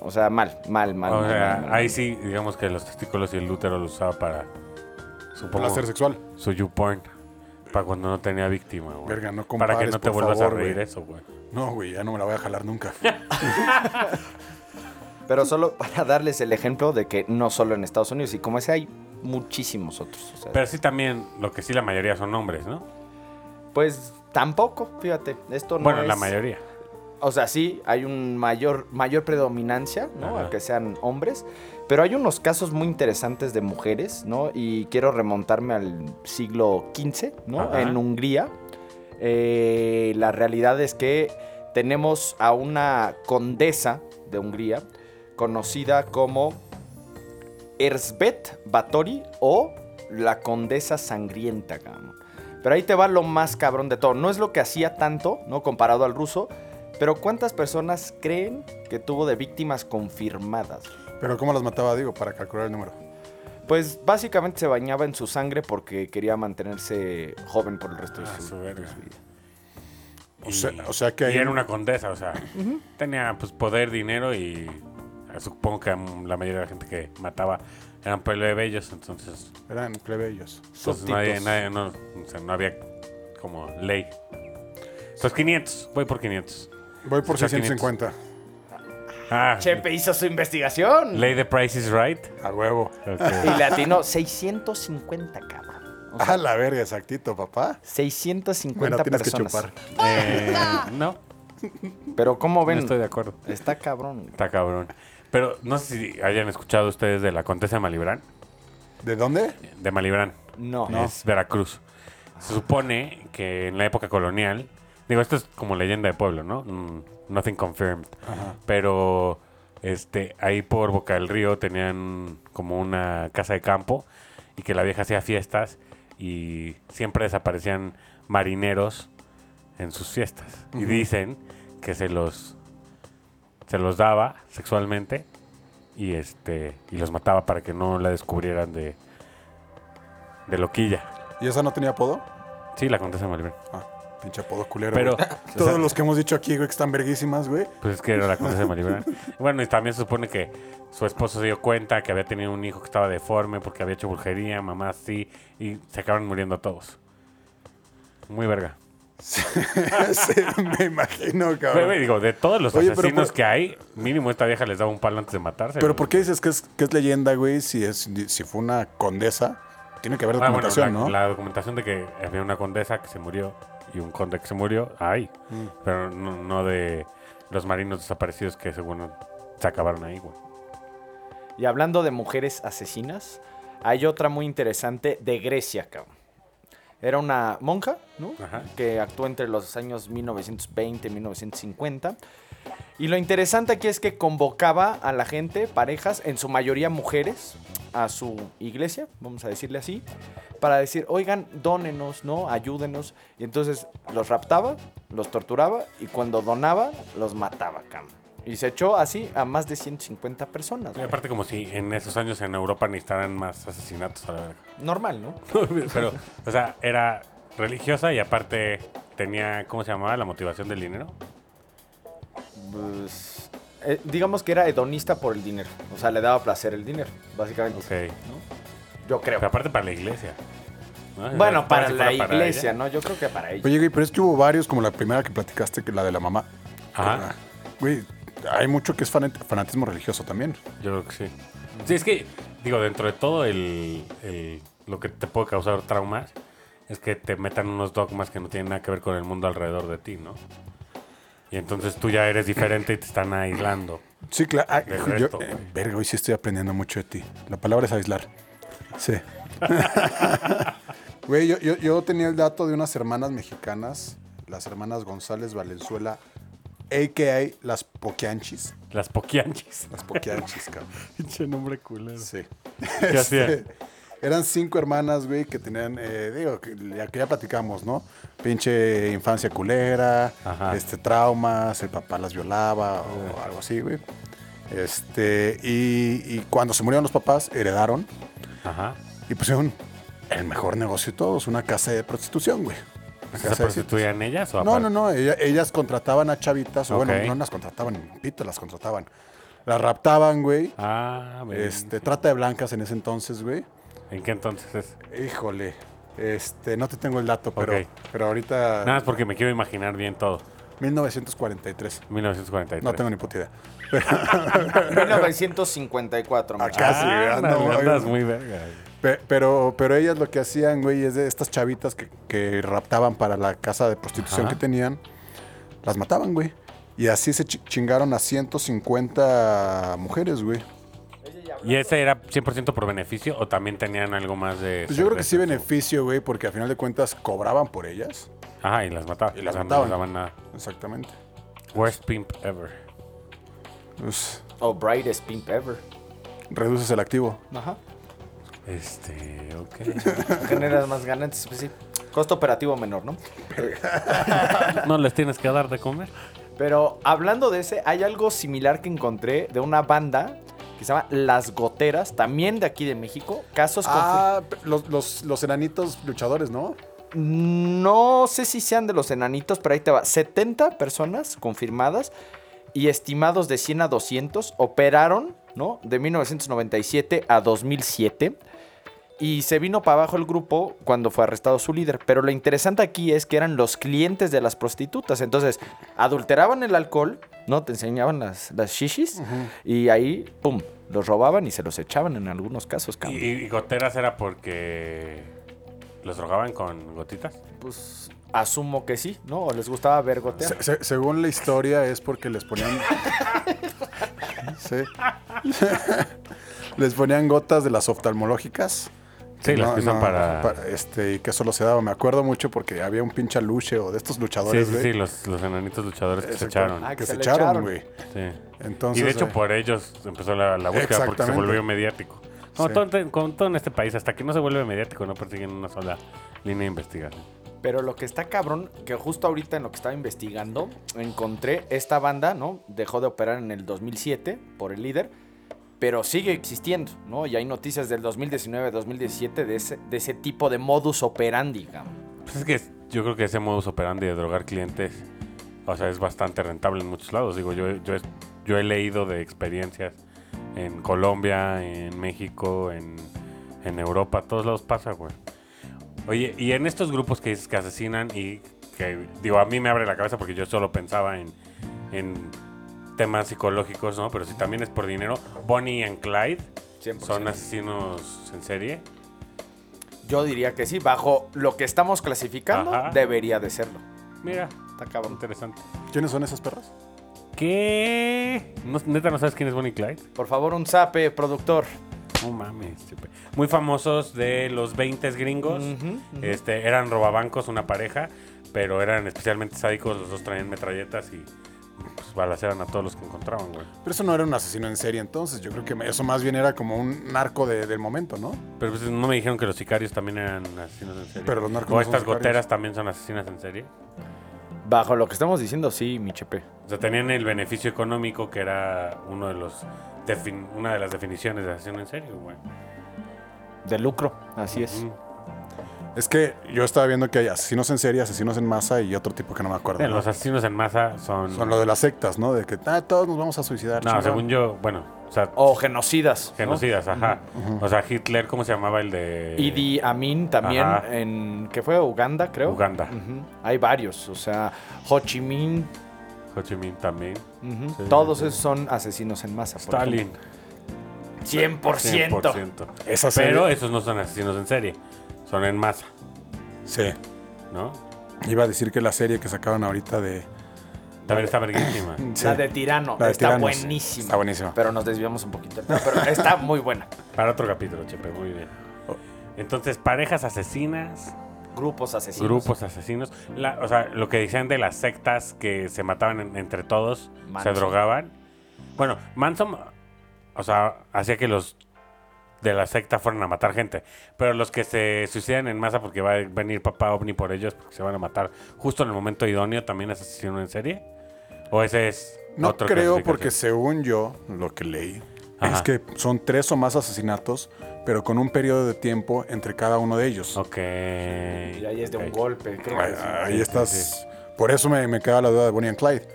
Speaker 2: O sea, mal, mal, mal.
Speaker 3: O
Speaker 2: mal,
Speaker 3: sea,
Speaker 2: mal, mal.
Speaker 3: ahí sí, digamos que los testículos y el útero los usaba para. Supongo.
Speaker 4: Placer sexual.
Speaker 3: Su YouPorn. Para cuando no tenía víctima, güey.
Speaker 4: Verga, no
Speaker 3: Para que
Speaker 4: compares,
Speaker 3: no te
Speaker 4: por
Speaker 3: vuelvas
Speaker 4: favor,
Speaker 3: a reír
Speaker 4: güey.
Speaker 3: eso, güey.
Speaker 4: No, güey, ya no me la voy a jalar nunca.
Speaker 2: Pero solo para darles el ejemplo de que no solo en Estados Unidos, y como ese hay muchísimos otros. o sea,
Speaker 3: Pero sí también, lo que sí la mayoría son hombres, ¿no?
Speaker 2: Pues tampoco, fíjate. Esto Pues no
Speaker 3: bueno, la
Speaker 2: es-
Speaker 3: mayoría.
Speaker 2: O sea, sí, hay un mayor, mayor predominancia, ¿no?
Speaker 3: Ajá.
Speaker 2: A que sean hombres. Pero hay unos casos muy interesantes de mujeres, ¿no? Y quiero remontarme al siglo XV, ¿no?
Speaker 3: Ajá.
Speaker 2: En Hungría. Eh, la realidad es que tenemos a una condesa de Hungría conocida como Erzbet Báthory o la condesa sangrienta, cabrón. Pero ahí te va lo más cabrón de todo. No es lo que hacía tanto, ¿no? Comparado al ruso. Pero ¿cuántas personas creen que tuvo de víctimas confirmadas?
Speaker 4: Pero ¿cómo las mataba, digo, para calcular el número?
Speaker 2: Pues básicamente se bañaba en su sangre porque quería mantenerse joven por el resto de
Speaker 3: Ah,
Speaker 2: su,
Speaker 3: su verga.
Speaker 2: de su vida.
Speaker 4: O sea- o sea que
Speaker 3: y
Speaker 4: hay
Speaker 3: era
Speaker 4: un-
Speaker 3: una condesa, o sea, tenía pues poder, dinero y eh, supongo que mm, la mayoría de la gente que mataba eran plebeyos, entonces,
Speaker 4: Eran plebeyos.
Speaker 3: entonces Pues nadie,
Speaker 2: Subtipos.
Speaker 3: nadie- no, o sea, no había como ley. Entonces 500, voy por 500.
Speaker 4: Voy por
Speaker 3: O sea,
Speaker 4: 650.
Speaker 3: Ah,
Speaker 2: Chepe hizo su investigación.
Speaker 3: ley de Price is Right.
Speaker 4: A huevo.
Speaker 2: y le atinó 650, cabrón. O sea,
Speaker 4: A la verga, exactito, papá.
Speaker 2: 650
Speaker 4: Bueno, tienes que
Speaker 2: personas.
Speaker 4: chupar.
Speaker 3: Eh, no,
Speaker 2: Pero ¿cómo
Speaker 3: no
Speaker 2: ven?
Speaker 3: estoy de acuerdo.
Speaker 2: Está cabrón.
Speaker 3: Está cabrón. Pero no sé si hayan escuchado ustedes de la Contesa de Malibrán.
Speaker 4: ¿De dónde?
Speaker 3: De Malibrán.
Speaker 2: No.
Speaker 3: es Veracruz. Se supone que en la época colonial, digo, esto es como leyenda de pueblo, ¿no? Mm, nothing confirmed. Pero este, ahí por Boca del Río tenían como una casa de campo y que la vieja hacía fiestas y siempre desaparecían marineros en sus fiestas. Y dicen que se los se los daba sexualmente y este y los mataba para que no la descubrieran de de loquilla.
Speaker 4: ¿Y esa no tenía apodo?
Speaker 3: Sí, la contesa Malibran.
Speaker 4: Ah, pinche apodo culero.
Speaker 3: Pero-
Speaker 4: güey. todos los que hemos dicho aquí, güey, que están verguísimas, güey.
Speaker 3: Pues es que era la contesa Malibran. bueno, y también se supone que su esposo se dio cuenta que había tenido un hijo que estaba deforme porque había hecho brujería, mamá sí, y se acabaron muriendo todos. Muy verga.
Speaker 4: Sí, me imagino,
Speaker 3: Pero,
Speaker 4: cabrón.
Speaker 3: digo, de todos los
Speaker 4: Oye, pero
Speaker 3: asesinos
Speaker 4: por-
Speaker 3: que hay, mínimo esta vieja les daba un palo antes de matarse.
Speaker 4: Pero
Speaker 3: güey.
Speaker 4: ¿por qué dices que es, que es leyenda, güey? Si, es, si fue una condesa, tiene que haber
Speaker 3: Ah, bueno, la,
Speaker 4: documentación, ¿no?
Speaker 3: la documentación de que
Speaker 4: Mm.
Speaker 3: había una condesa que se murió y un conde que se murió, ay, pero no, no de los marinos desaparecidos que según se acabaron ahí, güey.
Speaker 2: Y hablando de mujeres asesinas, hay otra muy interesante de Grecia, cabrón. Era una monja, ¿no?
Speaker 3: Ajá.
Speaker 2: Que actuó entre los años 1920 y 1950. Y lo interesante aquí es que convocaba a la gente, parejas, en su mayoría mujeres, a su iglesia, vamos a decirle así, para decir, oigan, dónenos, ¿no? Ayúdenos. Y entonces los raptaba, los torturaba y cuando donaba, los mataba, cabrón. Y se echó así a más de 150 personas.
Speaker 3: Y
Speaker 2: güey.
Speaker 3: aparte como si en esos años en Europa ni estaban más asesinatos a la verga.
Speaker 2: Normal, ¿no?
Speaker 3: Pero, o sea, era religiosa y aparte tenía, ¿cómo se llamaba? La motivación del dinero.
Speaker 2: Pues, eh, digamos que era hedonista por el dinero. O sea, le daba placer el dinero, básicamente.
Speaker 3: Ok.
Speaker 2: Yo creo.
Speaker 3: Pero aparte para la iglesia. ¿no?
Speaker 2: Bueno, para
Speaker 3: Ah, si
Speaker 2: la
Speaker 3: fuera para
Speaker 2: iglesia,
Speaker 3: ella.
Speaker 2: ¿no? Yo creo que para ella.
Speaker 4: Oye, güey, pero es que hubo varios, como la primera que platicaste, que la de la mamá.
Speaker 3: Ajá.
Speaker 4: Güey, hay mucho que es fanat- fanatismo religioso también.
Speaker 3: Yo creo que sí. Sí, es que, digo, dentro de todo el, el- lo que te puede causar traumas es que te metan unos dogmas que no tienen nada que ver con el mundo alrededor de ti, ¿no? Y entonces tú ya eres diferente y te están aislando.
Speaker 4: Sí, claro. Ah,
Speaker 3: Del
Speaker 4: yo-
Speaker 3: resto,
Speaker 4: eh,
Speaker 3: güey.
Speaker 4: verga, hoy sí estoy aprendiendo mucho de ti. La palabra es aislar. Sí. Güey, yo, yo- yo tenía el dato de unas hermanas mexicanas, las hermanas González Valenzuela, a.k.a. las Poquianchis.
Speaker 3: Las poquianchis.
Speaker 4: Las Poquianchis, cabrón.
Speaker 3: Pinche nombre culero.
Speaker 4: Sí.
Speaker 3: ¿Qué hacían?
Speaker 4: Este, Eran cinco hermanas, güey, que tenían, eh, digo, que ya, que ya platicamos, ¿no? Pinche infancia culera,
Speaker 3: Ajá.
Speaker 4: este, traumas, el papá las violaba o algo así, güey. Este, y, y cuando se murieron los papás, heredaron
Speaker 3: Ajá.
Speaker 4: y pusieron el mejor negocio de todos, una casa de prostitución, güey. Una
Speaker 3: ¿Se
Speaker 4: casa de
Speaker 3: prostituían ellas o
Speaker 4: no,
Speaker 3: aparte?
Speaker 4: no, no. ella- ellas contrataban a chavitas. o
Speaker 3: Ok.
Speaker 4: Bueno, no las contrataban, ni pito, las contrataban. Las raptaban, güey.
Speaker 3: Ah, ven.
Speaker 4: Este, trata de blancas en ese entonces, güey.
Speaker 3: ¿En qué entonces es?
Speaker 4: Híjole. Este, no te tengo el dato, pero,
Speaker 3: Ok.
Speaker 4: pero ahorita.
Speaker 3: Nada más porque me quiero imaginar bien todo.
Speaker 4: 1943.
Speaker 3: 1943.
Speaker 4: No tengo ni puta idea.
Speaker 2: 1954.
Speaker 4: Ah,
Speaker 2: muchachos.
Speaker 4: casi,
Speaker 3: Ah,
Speaker 4: ando
Speaker 3: ándale,
Speaker 4: muy-
Speaker 3: andas muy verga.
Speaker 4: Pe- Pero, pero ellas lo que hacían, güey, es de estas chavitas que, que raptaban para la casa de prostitución
Speaker 3: Ajá.
Speaker 4: que tenían, las mataban, güey. Y así se chi- chingaron a 150 mujeres, güey.
Speaker 3: ¿Y ese era 100% por beneficio o también tenían algo más de...
Speaker 4: Pues yo creo que sí
Speaker 3: cerveza?
Speaker 4: beneficio, güey, porque al final de cuentas cobraban por ellas.
Speaker 3: Ajá, y las mataban.
Speaker 4: Y las
Speaker 3: O sea, no
Speaker 4: mataban.
Speaker 3: les daban nada.
Speaker 4: Exactamente.
Speaker 3: Worst pimp ever.
Speaker 4: Pues,
Speaker 2: O brightest pimp ever.
Speaker 4: reduces el activo.
Speaker 2: Ajá.
Speaker 3: Este, ok.
Speaker 2: Generas más ganancias, pues sí. Costo operativo menor, ¿no?
Speaker 3: ¿No les tienes que dar de comer?
Speaker 2: Pero hablando de ese, hay algo similar que encontré de una banda que se llama Las Goteras, también de aquí de México. Casos confu-
Speaker 4: Ah, los, los, los enanitos luchadores, ¿no?
Speaker 2: No sé si sean de los enanitos, pero ahí te va. 70 personas confirmadas y estimados de 100 a 200 operaron, ¿no? De 1997 a 2007. Y se vino para abajo el grupo cuando fue arrestado su líder. Pero lo interesante aquí es que eran los clientes de las prostitutas. Entonces, adulteraban el alcohol, ¿no? Te enseñaban las, las shishis. Y ahí, pum, los robaban y se los echaban en algunos casos,
Speaker 3: Y,
Speaker 2: cabrón.
Speaker 3: y goteras era porque... ¿Los drogaban con gotitas?
Speaker 2: Pues asumo que sí, ¿no? O les gustaba ver gotear.
Speaker 4: Se- se- según la historia es porque les ponían... Sí. les ponían gotas de las oftalmológicas.
Speaker 3: Sí, las que usan para...
Speaker 4: Este, y que solo se daba. Me acuerdo mucho porque había un pinche aluche o de estos
Speaker 3: Sí,
Speaker 4: luchadores,
Speaker 3: sí,
Speaker 4: güey.
Speaker 3: sí, los, los enanitos luchadores que se
Speaker 4: Exacto,
Speaker 3: echaron.
Speaker 2: Ah,
Speaker 4: Que,
Speaker 2: que
Speaker 4: se,
Speaker 2: se le
Speaker 4: echaron,
Speaker 2: echaron.
Speaker 4: güey.
Speaker 3: Sí.
Speaker 4: Entonces,
Speaker 3: y de hecho,
Speaker 4: eh,
Speaker 3: por ellos empezó la, la búsqueda porque se
Speaker 4: Exactamente.
Speaker 3: volvió mediático. Como,
Speaker 4: Sí.
Speaker 3: todo, en- como todo en este país, hasta que no se vuelve mediático, no persiguen una sola línea de investigación.
Speaker 2: Pero lo que está cabrón, que justo ahorita en lo que estaba investigando, encontré esta banda, ¿no? Dejó de operar en el 2007 por el líder, pero sigue existiendo, ¿no? Y hay noticias del 2019-2017 de ese, de ese tipo de modus operandi, cabrón.
Speaker 3: Pues es que es- yo creo que ese modus operandi de drogar clientes, o sea, es bastante rentable en muchos lados. Digo, yo, yo, he- yo he leído de experiencias en Colombia, en México, en, en Europa, todos lados pasa, güey. Oye, y en estos grupos que dices que asesinan y que, digo, a mí me abre la cabeza porque yo solo pensaba en, en temas psicológicos, ¿no? Pero si también es por dinero, Bonnie and Clyde
Speaker 2: 100%.
Speaker 3: son asesinos en serie.
Speaker 2: Yo diría que sí, bajo lo que estamos clasificando,
Speaker 3: Ajá.
Speaker 2: debería de serlo.
Speaker 3: Mira,
Speaker 2: Está cabrón.
Speaker 3: interesante.
Speaker 4: ¿Quiénes son esas perras?
Speaker 3: ¿Qué? No- ¿Neta no sabes quién es Bonnie y Clyde?
Speaker 2: Por favor, un zape, productor.
Speaker 3: No mames. siempre. Muy famosos de los 20 gringos.
Speaker 2: Ujú, ujú.
Speaker 3: este, eran robabancos, una pareja, pero eran especialmente sádicos. Los dos traían metralletas y pues, balaceaban a todos los que encontraban, güey.
Speaker 4: Pero eso no era un asesino en serie entonces. Yo creo que eso más bien era como un narco de- del momento, ¿no?
Speaker 3: Pero pues, no me dijeron que los sicarios también eran asesinos en serie.
Speaker 4: Pero los narcos
Speaker 3: O
Speaker 4: no son
Speaker 3: estas
Speaker 4: sicarios.
Speaker 3: goteras también son asesinas en serie.
Speaker 2: Bajo lo que estamos diciendo, sí, mi chepe.
Speaker 3: O sea, tenían el beneficio económico que era uno de los defin- una de las definiciones de asesino en serie, güey.
Speaker 2: De lucro, así es.
Speaker 3: Mm.
Speaker 4: Es que yo estaba viendo que hay asesinos en serie, asesinos en masa y otro tipo que no me acuerdo.
Speaker 3: Los asesinos en masa son.
Speaker 4: Son lo de las sectas, ¿no? De que ah, todos nos vamos a suicidar.
Speaker 3: no,
Speaker 4: chingado.
Speaker 3: según yo, bueno, o sea,
Speaker 2: O genocidas. ¿no?
Speaker 3: genocidas, ajá. O sea, Hitler, ¿cómo se llamaba el de.
Speaker 2: Idi Amin también,
Speaker 3: Eh, Ajá.
Speaker 2: en que fue Uganda, creo.
Speaker 3: Uganda.
Speaker 2: Ujú. Hay varios, o sea, Ho Chi Minh,
Speaker 3: Ho Chi Minh también.
Speaker 2: ujú.
Speaker 3: Sí,
Speaker 2: todos
Speaker 3: sí.
Speaker 2: esos son asesinos en masa. por
Speaker 3: Stalin.
Speaker 2: ejemplo. 100%.
Speaker 3: 100%.
Speaker 4: Esa serie.
Speaker 3: Pero esos no son asesinos en serie, son en masa,
Speaker 4: Sí.
Speaker 3: ¿no?
Speaker 4: Iba a decir que la serie que sacaron ahorita de.
Speaker 3: También está verguísima.
Speaker 4: Sí.
Speaker 2: La de Tirano
Speaker 4: La de
Speaker 2: está
Speaker 4: Tiranos.
Speaker 2: buenísima.
Speaker 4: Está buenísima.
Speaker 2: Pero nos desviamos un poquito. No, pero está muy buena.
Speaker 3: Para otro capítulo, Chepe, muy bien. Entonces, parejas asesinas,
Speaker 2: Grupos asesinos.
Speaker 3: grupos asesinos. La- o sea, lo que decían de las sectas que se mataban en- entre todos,
Speaker 2: Manson.
Speaker 3: se drogaban. Bueno, Manson, o sea, hacía que los de la secta fueran a matar gente. Pero los que se suicidan en masa porque va a venir papá ovni por ellos, porque se van a matar justo en el momento idóneo, también es asesino en serie. ¿O ese es
Speaker 4: No
Speaker 3: otra
Speaker 4: creo,
Speaker 3: clasificación?
Speaker 4: porque según yo, lo que leí
Speaker 3: Ajá.
Speaker 4: es que son tres o más asesinatos, pero con un periodo de tiempo entre cada uno de ellos.
Speaker 3: Ok.
Speaker 2: Y ahí es de un
Speaker 3: ok.
Speaker 2: golpe. creo que
Speaker 4: Ahí,
Speaker 2: sí.
Speaker 4: ahí
Speaker 3: sí, sí,
Speaker 4: estás. Por eso me, me queda la duda de Bonnie and Clyde.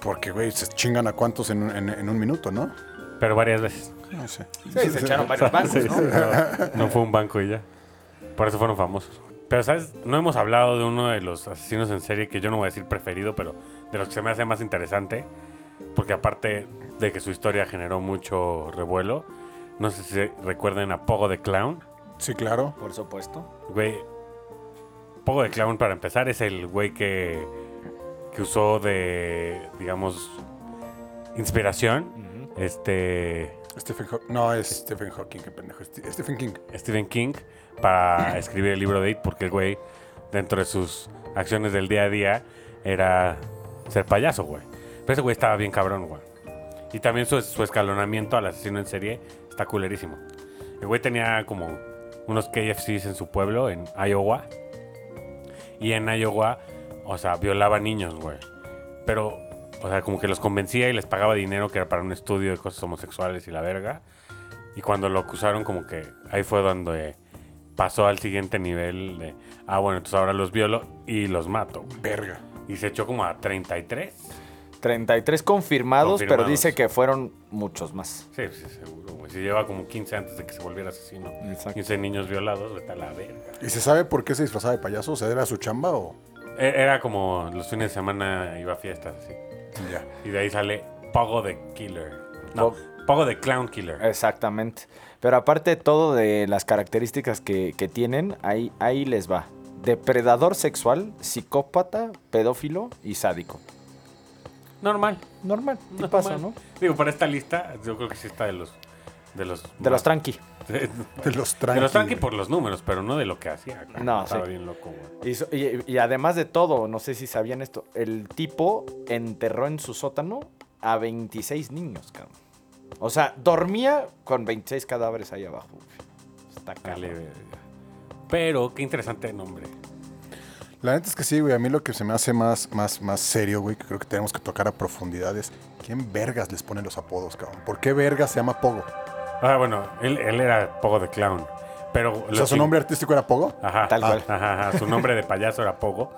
Speaker 4: Porque, güey, se chingan a cuántos en, un- en- en un minuto, ¿no?
Speaker 3: Pero varias veces.
Speaker 4: No sé.
Speaker 2: Sí, se echaron varios bancos, ¿no?
Speaker 3: No fue un banco y ya. Por eso fueron famosos. Pero, ¿sabes? No hemos hablado de uno de los asesinos en serie que yo no voy a decir preferido, pero de los que se me hace más interesante. Porque aparte de que su historia generó mucho revuelo, no sé si recuerden a Pogo de Clown.
Speaker 4: Sí, claro.
Speaker 2: Por supuesto.
Speaker 3: Güey, Pogo de Clown, para empezar, es el güey que, que usó de, digamos, inspiración. Este.
Speaker 4: Stephen Haw- No, es Stephen Hawking, qué pendejo. Este- Stephen King.
Speaker 3: Stephen King para escribir el libro de It, porque el güey, dentro de sus acciones del día a día, era ser payaso, güey. Pero ese güey estaba bien cabrón, güey. Y también su, su escalonamiento al asesino en serie está culerísimo. El güey tenía como unos KFCs en su pueblo, en Iowa. Y en Iowa, o sea, violaba niños, güey. Pero, o sea, como que los convencía y les pagaba dinero que era para un estudio de cosas homosexuales y la verga. Y cuando lo acusaron, como que ahí fue donde pasó al siguiente nivel de, ah, bueno, entonces ahora los violo y los mato. güey.
Speaker 4: Verga.
Speaker 3: Y se echó como a 33.
Speaker 2: 33 confirmados, pero
Speaker 3: Confirmados.
Speaker 2: dice que fueron muchos más.
Speaker 3: Sí, sí, seguro, güey. Se lleva como 15 antes de que se volviera asesino.
Speaker 2: Exacto.
Speaker 3: 15 niños violados, vete a la verga.
Speaker 4: ¿Y se sabe por qué se disfrazaba de payaso? O sea, ¿era su chamba o...?
Speaker 3: E- Era como los fines de semana iba a fiestas, así.
Speaker 4: Ya.
Speaker 3: Y de ahí sale Pogo de Killer. No,
Speaker 2: Pog-
Speaker 3: Pogo de Clown Killer.
Speaker 2: Eh, Exactamente. Pero aparte de todo de las características que, que tienen, ahí, ahí les va. Depredador sexual, psicópata, pedófilo y sádico.
Speaker 3: Normal.
Speaker 2: Normal, ¿qué
Speaker 3: normal.
Speaker 2: pasa, no?
Speaker 3: Digo, para esta lista, yo creo que sí está de los. De los,
Speaker 2: De los tranqui.
Speaker 4: De los
Speaker 3: De los
Speaker 4: tranqui.
Speaker 3: tranqui
Speaker 4: güey.
Speaker 3: por los números, pero no de lo que hacía. güey.
Speaker 2: No,
Speaker 3: Estaba
Speaker 2: sí.
Speaker 3: bien loco, güey.
Speaker 2: Y, so- y- y además de todo, no sé si sabían esto, el tipo enterró en su sótano a 26 niños, cabrón. O sea, dormía con 26 cadáveres ahí abajo. güey. Está
Speaker 3: Dale,
Speaker 2: cabrón.
Speaker 3: verga. Pero qué interesante nombre.
Speaker 4: La neta es que sí, güey. A mí lo que se me hace más, más, más serio, güey, que creo que tenemos que tocar a profundidad es ¿quién vergas les pone los apodos, cabrón? ¿Por qué vergas se llama Pogo?
Speaker 3: Ah, bueno, él, él era Pogo de Clown. Pero
Speaker 4: O sea, ¿su nombre artístico era Pogo?
Speaker 3: Ajá,
Speaker 2: Tal cual.
Speaker 3: ajá, ajá, Su nombre de payaso era Pogo.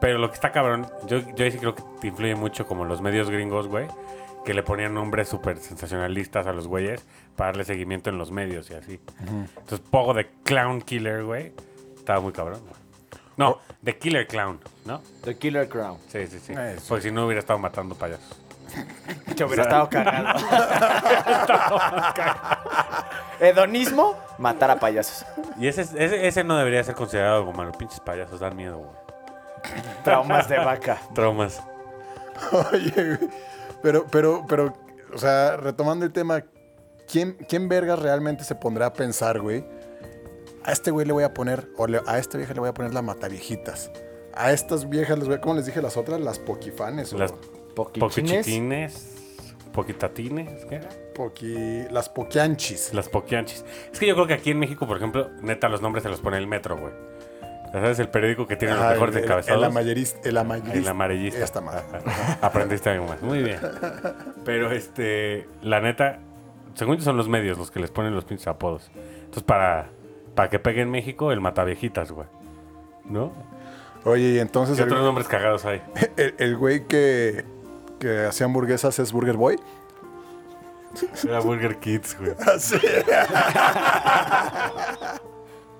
Speaker 3: Pero lo que está cabrón, yo, yo ahí sí creo que te influye mucho como los medios gringos, güey, que le ponían nombres súper sensacionalistas a los güeyes para darle seguimiento en los medios y así. Entonces, Pogo de Clown Killer, güey, estaba muy cabrón, güey.
Speaker 2: Oh.
Speaker 3: No, de Killer Clown, ¿no?
Speaker 2: The Killer Crown.
Speaker 3: Sí, sí, sí.
Speaker 4: Eh, sí.
Speaker 3: Porque si no hubiera estado matando payasos.
Speaker 2: Que hubiera estado cagado. Hedonismo, matar a payasos.
Speaker 3: Y ese, ese, ese no debería ser considerado algo malo. Pinches payasos dan miedo, güey.
Speaker 2: Traumas de vaca.
Speaker 3: Traumas.
Speaker 4: Oye, güey, pero, pero, pero, o sea, retomando el tema, ¿quién, quién vergas realmente se pondrá a pensar, güey? A este güey le voy a poner, o le- a esta vieja le voy a poner la mataviejitas. A estas viejas les voy a, ¿cómo les dije las otras? Las poquifanes. o
Speaker 3: Las
Speaker 2: Poquichines.
Speaker 3: poquichitines, poquitatines, ¿qué era?
Speaker 4: poqui, las poquianchis.
Speaker 3: Las poquianchis. Es que yo creo que aquí en México, por ejemplo, neta, los nombres se los pone el metro, güey. Ya sabes, el periódico que tiene los
Speaker 4: Ajá,
Speaker 3: mejores
Speaker 4: el-
Speaker 3: encabezados.
Speaker 4: El amarillista. El amarillista.
Speaker 3: El amarillista.
Speaker 4: Esta madre.
Speaker 3: Aprendiste algo más. Muy bien. Pero este, la neta, según yo son los medios los que les ponen los pinches apodos. Entonces, para, para que pegue en México, el mataviejitas, güey. ¿No?
Speaker 4: Oye, y entonces
Speaker 3: ¿Qué
Speaker 4: el,
Speaker 3: otros nombres cagados hay?
Speaker 4: el- el güey que, que hacía hamburguesas es Burger Boy.
Speaker 3: Era Burger Kids, güey.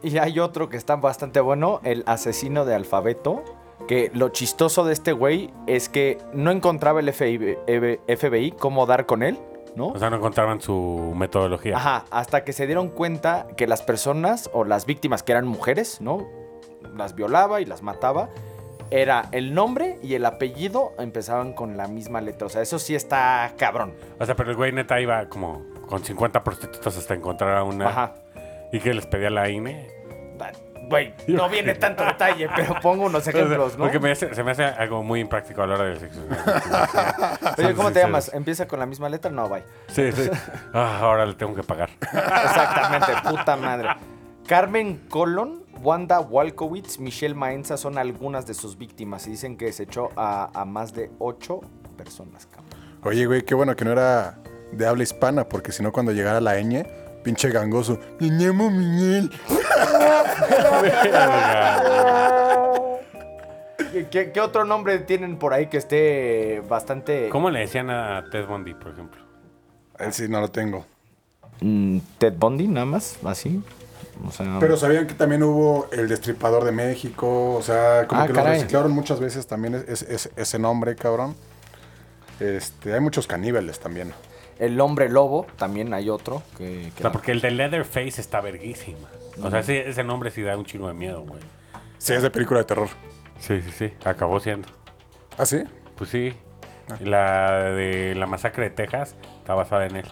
Speaker 2: Y hay otro que está bastante bueno, el asesino de alfabeto. Que lo chistoso de este güey es que no encontraba el FBI, eh, FBI cómo dar con él, ¿no?
Speaker 3: O sea, no encontraban su metodología.
Speaker 2: Ajá, hasta que se dieron cuenta que las personas o las víctimas que eran mujeres, ¿no? Las violaba y las mataba. Era el nombre y el apellido empezaban con la misma letra. O sea, eso sí está cabrón.
Speaker 3: O sea, pero el güey neta iba como con 50 prostitutas hasta encontrar a una.
Speaker 2: Ajá.
Speaker 3: Y que les pedía la INE.
Speaker 2: Da- Güey, no viene tanto detalle, pero pongo unos
Speaker 3: O sea,
Speaker 2: ejemplos, ¿no?
Speaker 3: Porque me hace- se me hace algo muy impráctico a la hora del sexo.
Speaker 2: Oye, ¿cómo te
Speaker 3: Sinceros.
Speaker 2: llamas? ¿Empieza con la misma letra? No, bye.
Speaker 3: Sí, sí. Ah, ahora le tengo que pagar.
Speaker 2: Exactamente, puta madre. Carmen Colon, Wanda Walkowitz, Michelle Maenza son algunas de sus víctimas y dicen que se echó a, a más de ocho personas. cabrón.
Speaker 4: Oye, güey, qué bueno que no era de habla hispana, porque si no, cuando llegara la ñ, pinche gangoso. Mi ñemo, mi ñel".
Speaker 2: ¿Qué- ¿Qué, qué otro nombre tienen por ahí que esté bastante...
Speaker 3: ¿Cómo le decían a Ted Bundy, por ejemplo?
Speaker 4: Eh, Sí, no lo tengo.
Speaker 2: Mm, Ted Bundy, nada más, así. O sea,
Speaker 4: Pero sabían que también hubo el Destripador de México, o sea, como
Speaker 2: Ah,
Speaker 4: que lo
Speaker 2: caray.
Speaker 4: reciclaron muchas veces también es- es- es- ese nombre, cabrón. Este, hay muchos caníbales también.
Speaker 2: el hombre lobo, también hay otro. Que,
Speaker 3: O
Speaker 2: que-
Speaker 3: sea, porque el de Leatherface está verguísima. O
Speaker 2: Mm.
Speaker 3: sea, sí, ese nombre sí da un chingo de miedo, güey.
Speaker 4: Sí, es de película de terror.
Speaker 3: Sí, sí, sí. Acabó siendo.
Speaker 4: ¿Ah, sí?
Speaker 3: Pues sí.
Speaker 2: Ah.
Speaker 3: La de la masacre de Texas está basada en él.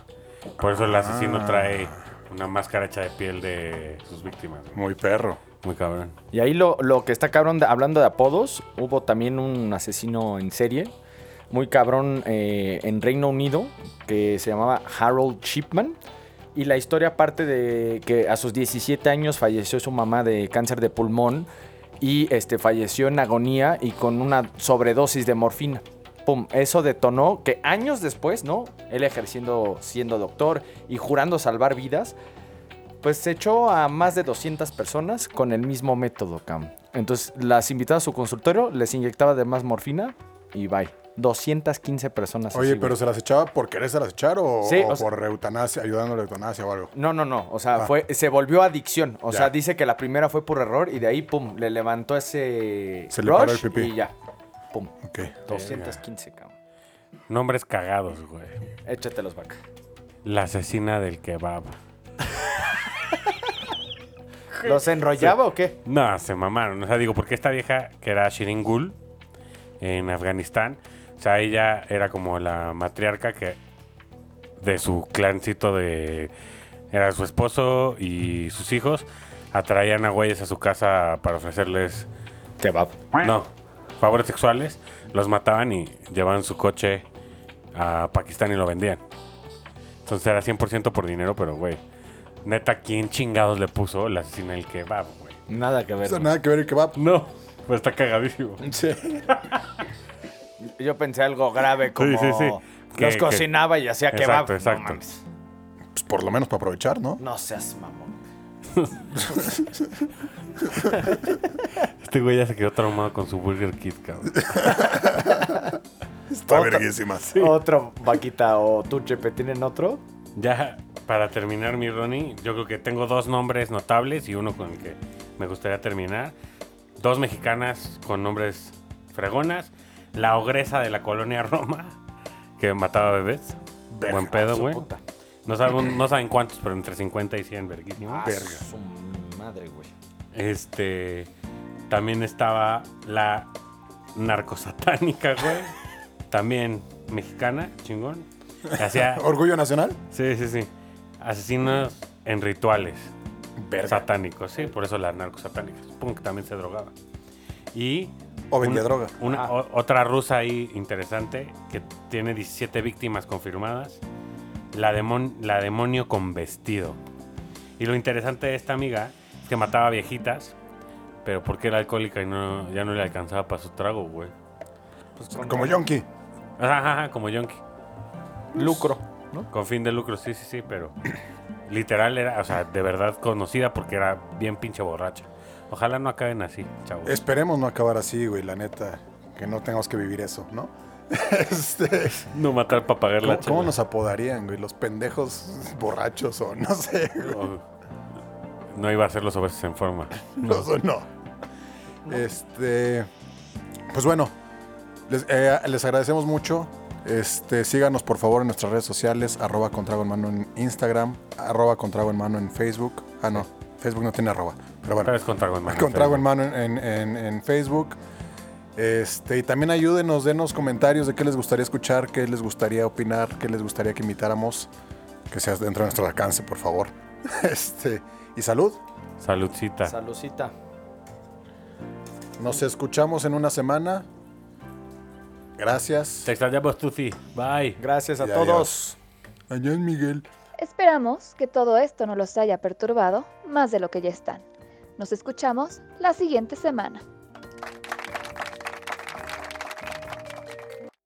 Speaker 3: Por eso el asesino
Speaker 2: Ah.
Speaker 3: trae una máscara hecha de piel de sus víctimas. güey.
Speaker 4: Muy perro.
Speaker 3: Muy cabrón.
Speaker 2: Y ahí lo, lo que está cabrón, de- hablando de apodos, hubo también un asesino en serie, muy cabrón eh, en Reino Unido, que se llamaba Harold Shipman. Y la historia parte de que a sus 17 años falleció su mamá de cáncer de pulmón y este, falleció en agonía y con una sobredosis de morfina. Pum, eso detonó que años después, ¿no? Él ejerciendo, siendo doctor y jurando salvar vidas, pues se echó a más de 200 personas con el mismo método, Cam. Entonces las invitaba a su consultorio, les inyectaba de más morfina y bye. 215 personas. así,
Speaker 4: Oye,
Speaker 2: güey.
Speaker 4: pero ¿se las echaba por quererse las echar o,
Speaker 2: Sí,
Speaker 4: o
Speaker 2: o sea-
Speaker 4: por eutanasia, ayudando a la eutanasia o algo?
Speaker 2: No, no, no. O sea,
Speaker 4: Ah.
Speaker 2: fue, se volvió adicción. O
Speaker 4: Ya.
Speaker 2: sea, dice que la primera fue por error y de ahí, pum, le levantó ese
Speaker 4: Se le paró
Speaker 2: rush
Speaker 4: el pipí.
Speaker 2: y ya. Pum.
Speaker 4: Ok.
Speaker 2: 215, cabrón.
Speaker 3: Nombres cagados, güey.
Speaker 2: Échatelos, vaca.
Speaker 3: La asesina del kebab.
Speaker 2: ¿Los enrollaba o qué?
Speaker 3: No, se mamaron. O sea, digo, porque esta vieja que era Shirin Gul en Afganistán, o sea, ella era como la matriarca que de su clancito de... Era su esposo y sus hijos. Atraían a güeyes a su casa para ofrecerles...
Speaker 2: Kebab.
Speaker 3: No, favores sexuales. Los mataban y llevaban su coche a Pakistán y lo vendían. Entonces era 100% por dinero, pero güey. Neta, ¿quién chingados le puso la asesina del kebab, güey?
Speaker 2: Nada que ver.
Speaker 4: Eso nada que ver el kebab.
Speaker 3: No, pues está cagadísimo.
Speaker 4: Sí.
Speaker 2: Yo pensé algo grave como...
Speaker 3: sí, sí. Que-
Speaker 2: Los
Speaker 3: que-
Speaker 2: cocinaba y hacía
Speaker 3: Exacto,
Speaker 2: kebab.
Speaker 3: exacto.
Speaker 2: No, mames.
Speaker 4: Pues por lo menos para aprovechar, ¿no?
Speaker 2: No seas mamón.
Speaker 3: Este güey ya se quedó traumado con su Burger Kid, cabrón.
Speaker 4: Está verguísima.
Speaker 2: Otro, vaquita, o tú, Chepe, ¿tienen otro?
Speaker 3: Ya, para terminar, mi Ronnie, yo creo que tengo dos nombres notables y uno con el que me gustaría terminar. Dos mexicanas con nombres fregonas. La ogresa de la colonia Roma, que mataba bebés. Buen pedo,
Speaker 2: Su
Speaker 3: güey.
Speaker 2: puta.
Speaker 3: No saben, no saben cuántos, pero entre 50 y 100, verguísimo.
Speaker 2: Ah,
Speaker 4: Verga.
Speaker 2: su madre, güey.
Speaker 3: Este. También estaba la narcosatánica, güey. también mexicana, chingón. que Hacía,
Speaker 4: ¿Orgullo nacional?
Speaker 3: sí, sí, sí. Asesinos en rituales
Speaker 4: Verga.
Speaker 3: satánicos, sí, por eso las narcosatánicas. Supongo que también se drogaba. Y.
Speaker 4: O vendía
Speaker 3: una-
Speaker 4: droga.
Speaker 3: una- o- otra rusa ahí interesante que tiene 17 víctimas confirmadas. La, demon- la demonio con vestido. Y lo interesante de esta amiga es que mataba viejitas, pero porque era alcohólica y no, ya no le alcanzaba para su trago, güey. pues,
Speaker 4: Como Yonki.
Speaker 3: Ajá, ajá, ajá, como yonki.
Speaker 2: Lucro, ¿no?
Speaker 3: Con fin de lucro, sí, sí, sí, pero literal era, o sea, de verdad conocida porque era bien pinche borracha. Ojalá no acaben así, chavos.
Speaker 4: Esperemos no acabar así, güey, la neta. Que no tengamos que vivir eso, ¿no? Este,
Speaker 3: No matar para pagar
Speaker 4: ¿cómo,
Speaker 3: la
Speaker 4: cómo
Speaker 3: chela.
Speaker 4: nos apodarían, güey? Los pendejos borrachos o no sé, güey.
Speaker 3: O- No iba a hacer los obesos en forma.
Speaker 4: No, eso no. Este. Pues bueno, les, eh, les agradecemos mucho. Este, síganos por favor en nuestras redes sociales, arroba contrago en mano en Instagram, arroba contrago en mano en Facebook. Ah, no, Facebook no tiene arroba. Pero bueno,
Speaker 3: Otra vez con trago en mano.
Speaker 4: con trago en mano en, en- en Facebook. Este, y también ayúdenos, denos comentarios de qué les gustaría escuchar, qué les gustaría opinar, qué les gustaría que invitáramos, que sea dentro de nuestro alcance, por favor. Este, y salud.
Speaker 3: Saludcita.
Speaker 2: Salucita.
Speaker 4: Nos escuchamos en una semana. Gracias.
Speaker 3: Te extrañamos, Tufi. Bye.
Speaker 2: Gracias a
Speaker 4: Y
Speaker 2: todos.
Speaker 4: adiós. Adiós, Miguel.
Speaker 1: Esperamos que todo esto no los haya perturbado más de lo que ya están. Nos escuchamos la siguiente semana.